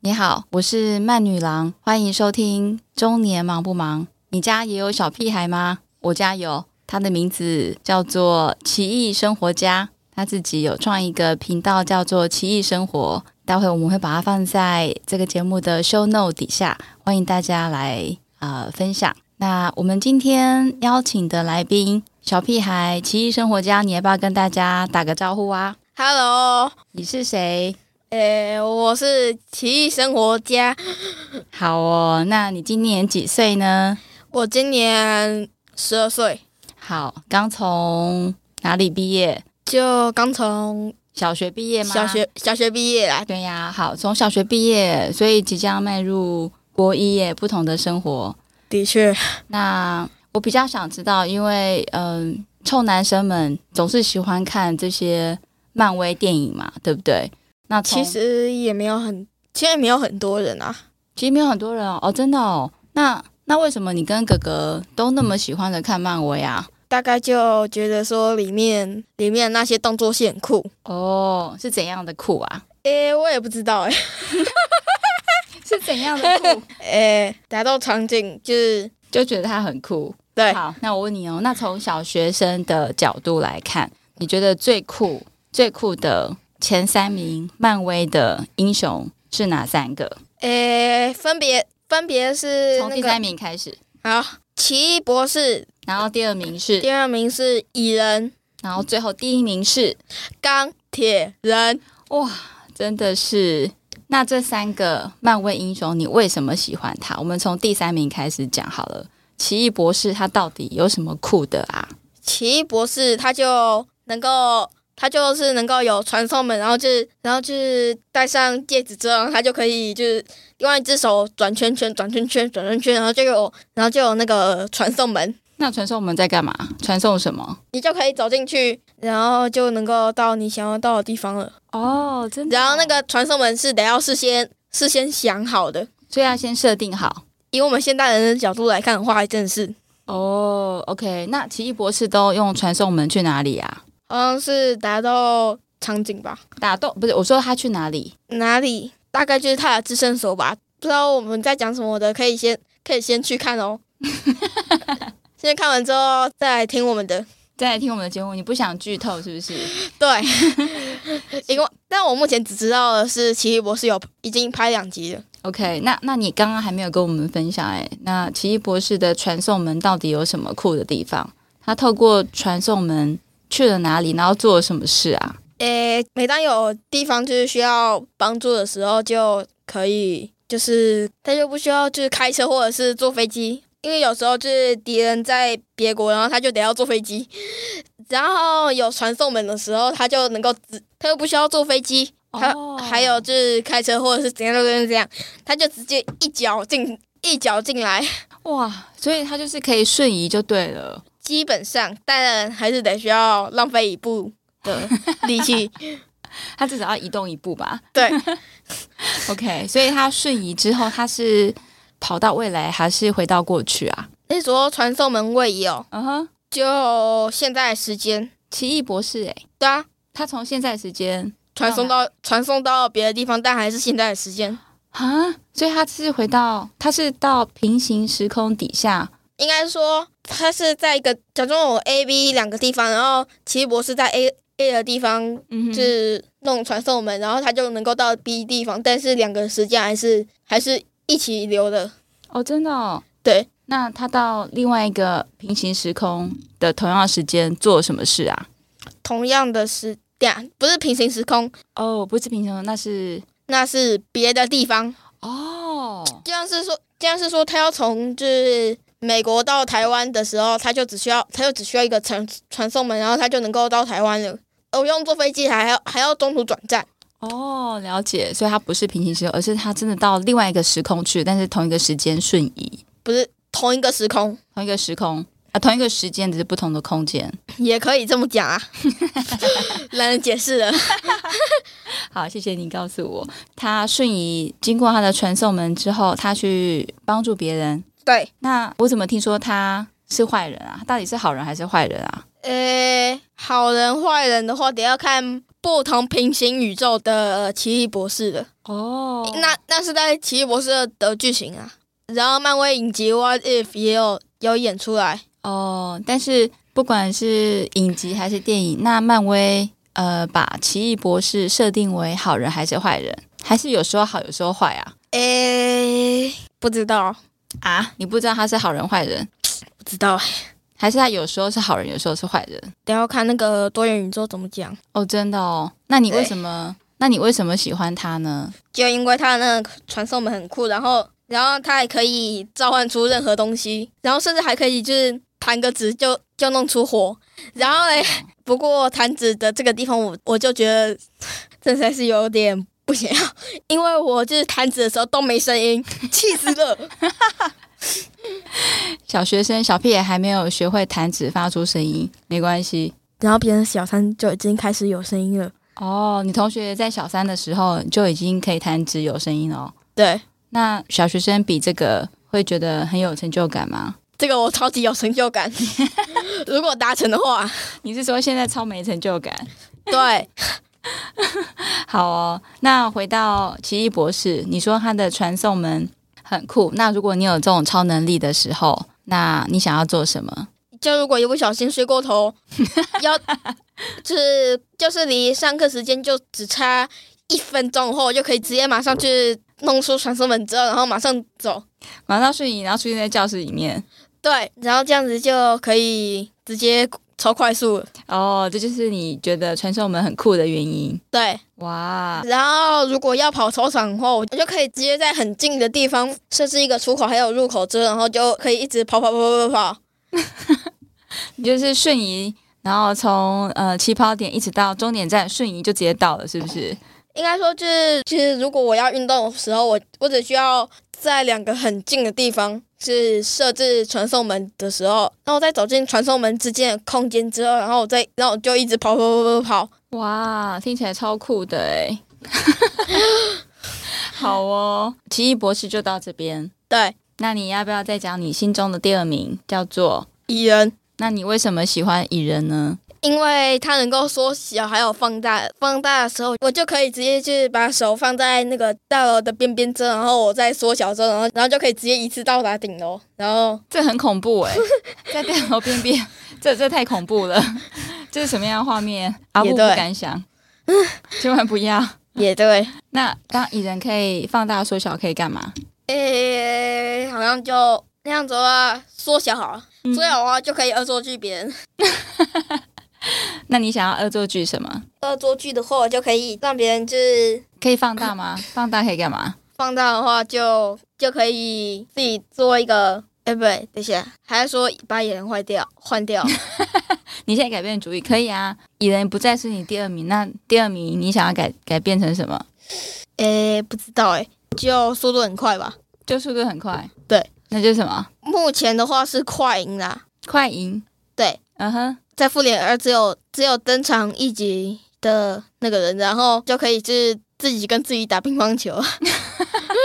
你好，我是慢女郎，欢迎收听《中年忙不忙》。你家也有小屁孩吗？我家有，他的名字叫做奇异生活家，他自己有创一个频道叫做奇异生活。待会我们会把它放在这个节目的 show note 底下，欢迎大家来呃分享。那我们今天邀请的来宾小屁孩奇异生活家，你要不要跟大家打个招呼啊？ Hello，你是谁？诶、我是奇异生活家，好哦，那你今年几岁呢？我今年十二岁，好，刚从哪里毕业？就刚从小学毕业吗？小学小学毕业啦。对呀，好，从小学毕业，所以即将迈入国一耶，不同的生活。的确，那我比较想知道，因为嗯、臭男生们总是喜欢看这些漫威电影嘛，对不对？那从其实也没有很，其实也没有很多人啊。其实没有很多人哦，哦真的哦。那那为什么你跟哥哥都那么喜欢的看漫威啊？大概就觉得说里面里面那些动作戏很酷。哦，是怎样的酷啊？诶、我也不知道诶、是怎样的酷？诶、打斗场景就是 就觉得他很酷。对好，那我问你哦，那从小学生的角度来看，你觉得最酷、最酷的前三名漫威的英雄是哪三个？诶、分别分别是从那第个三名开始，好奇异博士，然后第二名是，第二名是蚁人、然后最后第一名是，钢铁人。哇，真的是。那这三个漫威英雄，你为什么喜欢他？我们从第三名开始讲好了。奇异博士他到底有什么酷的啊？奇异博士他就能够，他就是能够有传送门，然后就是，然后就是戴上戒指之后，然后他就可以就是另外一只手转圈圈、转圈圈、转圈圈，然后就有，然后就有那个传送门， 那传送门在干嘛？传送什么？你就可以走进去，然后就能够到你想要到的地方了。哦，真然后那，个传送门是得要事先事先想好的，所以要先设定好。以我们现代人的角度来看的话，还真是。哦，OK，那奇异博士都用传送门去哪里啊？好像是达到场景吧，打斗不是，我说他去哪里？哪里？大概就是他的自身所吧。不知道我们在讲什么的，可以先可以先去看哦。先看完之后再来听我们的。再来听我们的节目，你不想剧透是不是？对， 因为但我目前只知道的是《奇异博士有》已经拍两集了。 OK，那那你刚刚还没有跟我们分享哎、那奇异博士的传送门到底有什么酷的地方？他透过传送门去了哪里，然后做了什么事啊？诶，每当有地方就是需要帮助的时候，就可以就是他就不需要就是开车或者是坐飞机，因为有时候就是敌人在别国，然后他就得要坐飞机， 然后有传送门的时候，他就能够直，他又不需要坐飞机，他、哦还有就是开车或者是怎样怎样怎样，他就直接一脚进一脚进来，哇，所以他就是可以瞬移就对了。基本上当然还是得需要浪费一步的力气，他至少要移动一步吧对。 ？OK，所以他瞬移之后，他是跑到未来还是回到过去啊？那时候传送门位移哦，嗯哼，就现在的时间，奇异博士、欸，诶，对啊，他从现在时间传送到传送到别的地方，但还是现在的时间，啊，所以他是回到，他是到平行时空底下，应该说它是在一个，假装我 A、B 两个地方，然后奇异博士在 A A 的地方嗯哼，就是弄传送门，然后他就能够到 B 地方，但是两个时间还是还是一起流的，哦，真的哦，对，那他到另外一个平行时空的同样时间做什么事啊？同样的时点，不是平行时空，哦，不是平行时空，那是那是别的地方，哦，就像是说，就像是说，他要从就是美国到台湾的时候，他就只需要，他就只需要一个传传送门，然后他就能够到台湾了。而不用坐飞机，还要还要中途转站。哦，了解，所以他不是平行时空，而是他真的到另外一个时空去，但是同一个时间瞬移，不是同一个时空， 同一个时空啊，同一个时间只是不同的空间。也可以这么讲啊，懒得解释了。好，谢谢你告诉我，他瞬移经过他的传送门之后，他去帮助别人。对，那我怎么听说他是坏人啊？他到底是好人还是坏人啊？呃，好人坏人的话，得要看不同平行宇宙的奇异博士的，哦那那是在奇异博士的剧情啊。然后漫威影集《What If》也有有演出来，哦，但是不管是影集还是电影，那漫威呃把奇异博士设定为好人还是坏人，还是有时候好有时候坏啊？诶，不知道，啊，你不知道他是好人坏人，不知道，还是他有时候是好人，有时候是坏人？等一下看那个多元宇宙怎么讲。哦，真的哦，那你为对什么？那你为什么喜欢他呢？就因为他的那个传送门很酷，然后然后他还可以召唤出任何东西，然后甚至还可以就是弹个纸就就弄出火。然后嘞，不过弹纸的这个地方我我就觉得这才是有点不想要， 因为我就是弹纸的时候都没声 音，气死了。小学生小屁也还没有学会弹指发出声音，没关系然后别人小三就已经开始有声音了，哦。你同学在小三的时候就已经可以弹指有声音了哦。对，那小学生比这个会觉得很有成就感吗？这个我超级有成就感。如果达成的话，你是说现在超没成就感？对，好哦，那回到奇异博士，你说他的传送门很酷。那如果你有这种超能力的时候，那你想要做什么？就如果一不小心睡过头，要就是就是离上课时间就只差一分钟后，就可以直接马上去弄出传送门之后，然后马上走。马上睡醒，然后出现在教室里面。对，然后这样子就可以直接超快速了。哦，这就是你觉得传送门很酷的原因。对，哇，然后如果要跑操场后，我就可以直接在很近的地方设置一个出口还有入口之后，然后就可以一直跑跑跑跑跑跑。你就是瞬移，然后从呃起跑点一直到终点站，瞬移就直接到了，是不是？应该说就是，其实如果我要运动的时候，我我只需要在两个很近的地方是设置传送门的时候，然后我再走进传送门之间的空间之后，然后我再，然后我就一直跑跑跑跑跑。哇，听起来超酷的哎！ 好哦，奇异博士就到这边。对，那你要不要再讲你心中的第二名叫做？蚁人，那你为什么喜欢蚁人呢？因为它能够缩小还有放大，放大的时候我就可以直接去把手放在那个大楼的边边之后，然后我再缩小之后，然后然后就可以直接一次到达顶楼，然后这很恐怖哎，在大楼边边，这这太恐怖了，这是什么样的画面？阿布也不对敢想， 千万不要。也对，那当蚁人可以放大缩小，可以干嘛？诶、好像就那样子的话缩小好了。嗯所以的话就可以恶作剧别人。那你想要恶作剧什么？恶作剧的话，我就可以让别人就是可以放大吗？放大可以干嘛？放大的话就，就可以自己做一个。哎，不对，等一下，还是说把野人坏掉换掉？你现在改变主意可以啊。蚁人不再是你第二名，那第二名你想要改改变成什么？哎，不知道哎，就速度很快吧。就速度很快，对，那就是什么？目前的话是快赢啦，快赢，对，嗯哼，在复联二只有只有登场一集的那个人，然后就可以就是自己跟自己打乒乓球。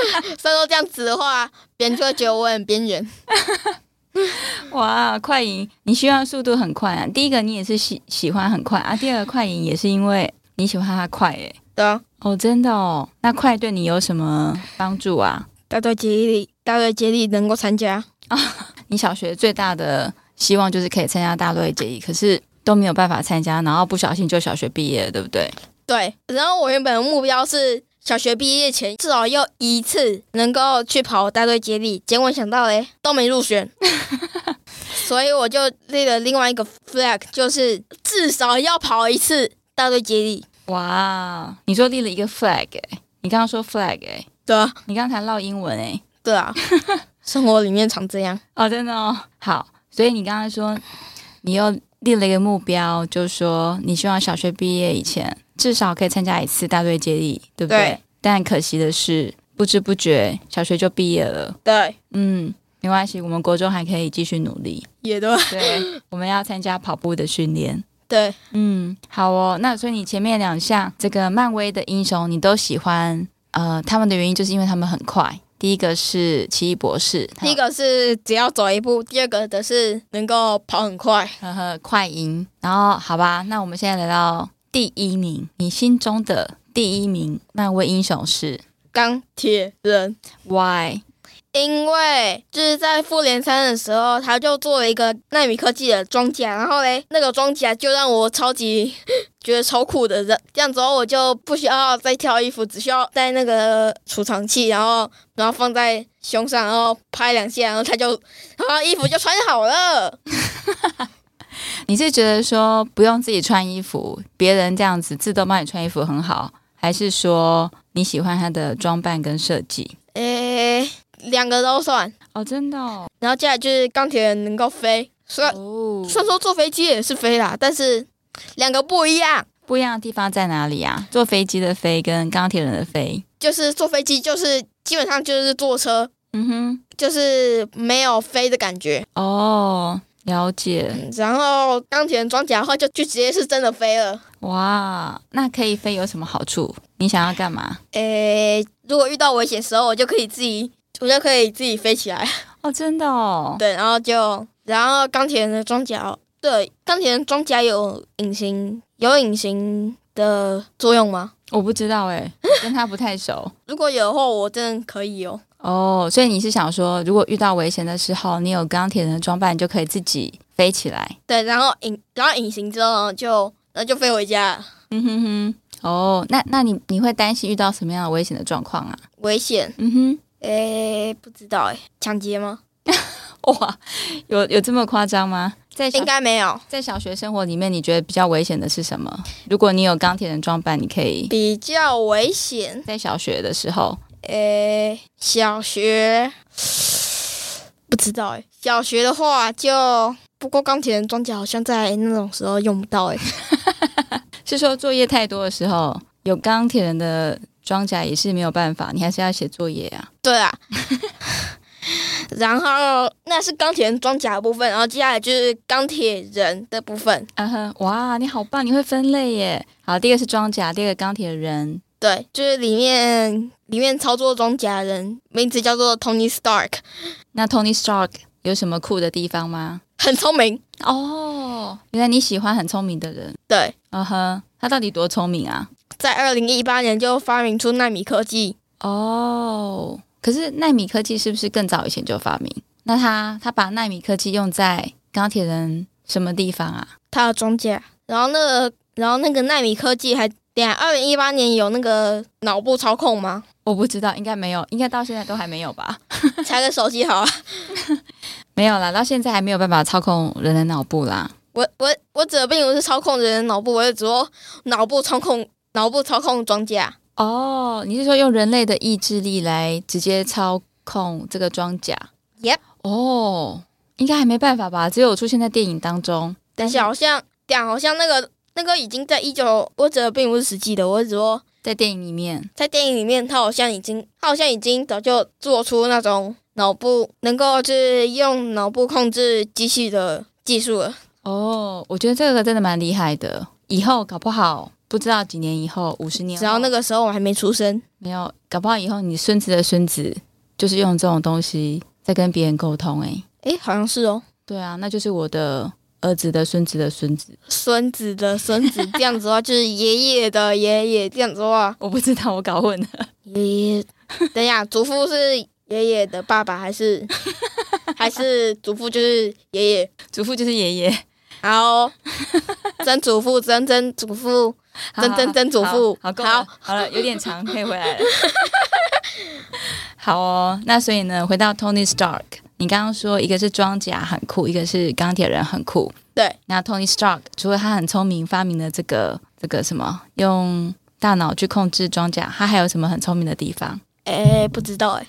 所以说这样子的话，别人就会觉得我很边缘。哇，快赢！你希望速度很快啊？第一个你也是喜喜欢很快啊，第二个快赢也是因为你喜欢它快诶、对啊，哦，真的哦，那快对你有什么帮助啊？大队接力，大队接力能够参加。你小学最大的希望就是可以参加大队接力，可是都没有办法参加，然后不小心就小学毕业了，对不对？对，然后我原本的目标是小学毕业前至少要一次能够去跑大队接力，结果没想到嘞都没入 选，所以我就立了另外一个 flag，就是至少要跑一次大队接力。哇，你说立了一个 flag，、欸、你刚刚说 flag，、欸、对啊，你刚才唠英文诶、对啊， 生活里面常这样。哦，真的哦，好，所以你刚才说你又立了一个目标，就说你希望小学毕业以前至少可以参加一次大队接力，对不对？对但可惜的是，不知不觉小学就毕业了。对，嗯，没关系，我们国中还可以继续努力。也对，对，我们要参加跑步的训练。对嗯，好哦。那所以你前面两项这个漫威的英雄，你都喜欢，呃，他们的原因就是因为他们很快。第一个是奇异博士，他第一个是只要走一步，第二个的是能够跑很快。呵呵，快赢。然后好吧，那我们现在来到第一名，你心中的第一名漫威英雄是钢铁人， Why？因为就是在复联三的时候，他就做了一个纳米科技的装甲，然后嘞，那个装甲就让我超级 觉得超酷的，这这样子哦后我就不需要再挑衣服，只需要带那个储藏器，然后然后放在胸上，然后拍两下，然后他就然后衣服就穿好了。你是觉得说不用自己穿衣服，别人这样子自动帮你穿衣服很好，还是说你喜欢它的装扮跟设计？诶，两个都算，哦，真的哦，然后接下来就是钢铁人能够飞，虽然哦虽然说坐飞机也是飞啦，但是两个不一样。不一样的地方在哪里啊？坐飞机的飞跟钢铁人的飞，就是坐飞机，就是基本上就是坐车，嗯哼，就是没有飞的感觉。哦，了解，嗯然后钢铁人装甲的话，就就直接是真的飞了。哇，那可以飞有什么好处？你想要干嘛？诶，如果遇到危险时候，我就可以自己，我就可以自己飞起来。哦，真的哦，对，然后就，然后钢铁人的装甲，对，钢铁人装甲有隐形，有隐形的作用吗？我不知道 哎，跟他不太熟。如果有的话，我真的可以哦。哦，所以你是想说，如果遇到危险的时候，你有钢铁人的装扮，你就可以自己飞起来。对，然后隐，然后隐形之后呢，就，然后就飞回家了。嗯哼哼，哦，那那你你会担心遇到什么样的危险的状况啊？危险？嗯诶，不知道诶，抢劫吗？哼，哇，有有这么夸张吗？在小应该没有，在小学生活里面，你觉得比较危险的是什么？如果你有钢铁人装扮，你可以比较危险。在小学的时候，诶、小学不知道诶、小学的话就不过钢铁人装甲好像在那种时候用不到诶、是说作业太多的时候，有钢铁人的装甲也是没有办法，你还是要写作业啊。对啊， 然后那是钢铁人装甲的部分，然后接下来就是钢铁人的部分。啊哼，哇，你好棒，你会分类耶。好，第一个是装甲，第二个钢铁人。对，就是里面里面操作装甲的人名字叫做 Tony Stark， 那 Tony Stark 有什么酷的地方吗？很聪明。哦，原来你喜欢很聪明的人。对，嗯哼，他到底多聪明啊？在二零一八年就发明出纳米科技，哦，可是纳米科技是不是更早以前就发明？那他他把纳米科技用在钢铁人什么地方啊？它的装甲，然后那个，然后那个纳米科技还，等下二零一八年有那个脑部操控吗？我不知道，应该没有，应该到现在都还没有吧？拆个手机好啊！ 没有啦，到现在还没有办法操控人的脑部啦。我我我指的并不是操控人的脑部，我是指说脑部操控脑部操控装甲。哦，你是说用人类的意志力来直接操控这个装甲 Yep 哦，应该还没办法吧？只有出现在电影当中。等下好像，等下好像那个那个已经在一九，我指的并不是实际的，我是指说在电影里面，在电影里面，它好像已经，它好像已经早就做出那种脑部能够就是用脑部控制机器的技术了。哦，我觉得这个真的蛮厉害的。以后搞不好不知道几年以后，五十年后，只要哦那个个时候我还没出生。没有，搞不好以后你孙子的孙子就是用这种东西在跟别人沟通、欸。诶，诶，好像是哦，对啊，那就是我的儿子的孙子的孙子。孙子的孙子这样子的话，就是爷爷的爷爷这样子的话，我不知道，我搞混了。爷爷。等一下，祖父是爷爷的爸爸还 是还是祖父就是爷爷？祖父就是爷爷，好哦，曾祖父、曾曾祖父、曾曾曾祖父，好，够了好了，有点长，可以回来了。好哦，那所以呢，回到 Tony Stark，你刚刚说一个是装甲很酷，一个是钢铁人很酷。对，那 Tony Stark 除了他很聪明，发明了这个这个什么用大脑去控制装甲，他还有什么很聪明的地方？诶，不知道诶，欸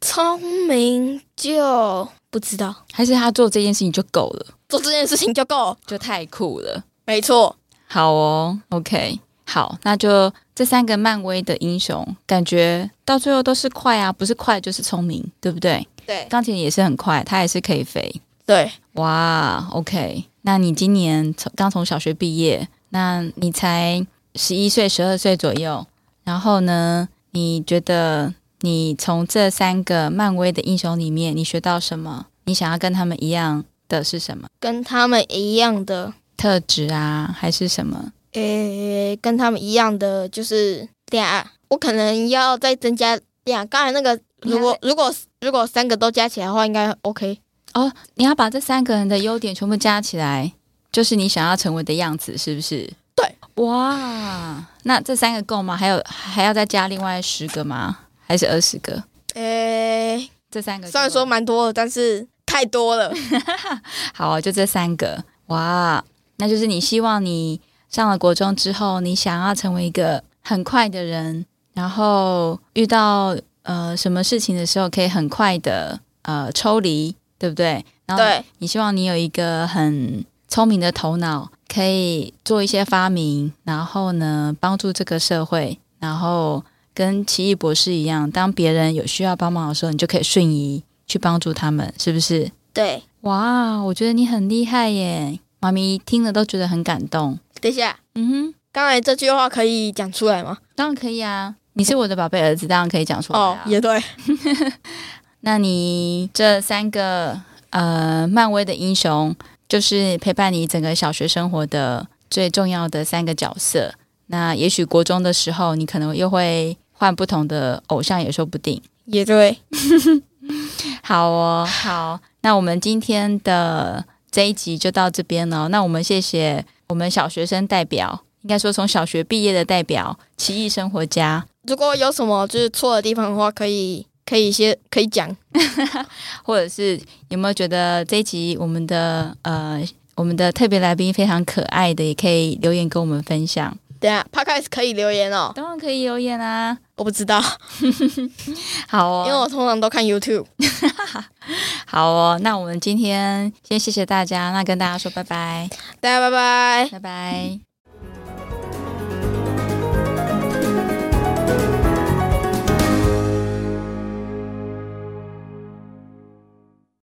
聪明就不知道，还是他做这件事情就够了，做这件事情就够了。就太酷了。没错，好哦，OK，好，那就这三个漫威的英雄，感觉到最后都是快啊，不是快就是聪明，对不对？对钢铁也是很快，它也是可以飞。对，哇，OK，那你今年从刚从小学毕业，那你才十一岁、十二岁左右，然后呢，你觉得你从这三个漫威的英雄里面，你学到什么？你想要跟他们一样的是什么？跟他们一样的。特质啊，还是什么？诶，跟他们一样的就是俩，我可能要再增加俩。刚才那个，你还如果如果如果三个都加起来的话，应该 OK。哦，你要把这三个人的优点全部加起来，就是你想要成为的样子，是不是？对。哇，那这三个够吗？还有还要再加另外十个吗？还是二十个？诶，这三个就够虽然说蛮多的，但是太 多了。好啊，就这三个。哇，那就是你希望你上了国中之后，你想要成为一个很快的人，然后遇到呃什么事情的时候，可以很快的呃抽离，对不对？然后对你希望你有一个很聪明的头脑，可以做一些发明，然后呢帮助这个社会，然后跟奇异博士一样，当别人有需要帮忙的时候，你就可以瞬移去帮助他们，是不是？对，哇，我觉得你很厉害耶！妈咪听了都觉得很感动。等一下，嗯哼，刚才这句话可以讲出来吗？当然可以啊，你是我的宝贝儿子，当然可以讲出来、哦啊。，也对。那你这三个呃，漫威的英雄就是陪伴你整个小学生活的最重要的三个角色。那也许国中的时候，你可能又会换不同的偶像，也说不定。也对，好哦，好，那我们今天的这一集就到这边了。那我们谢谢我们小学生代表，应该说从小学毕业的代表，奇异生活家，如果有什么就是错的地方的话，可以可以先可以讲。或者是有没有觉得这一集我们的呃我们的特别来宾非常可爱的，也可以留言跟我们分享。等一下 p 开始可以留言哦，当然可以留言啊，我不知道，好哦，因为我通常都看 YouTube。好哦，那我们今天先谢谢大家，那跟大家说拜拜，大家拜拜。拜拜。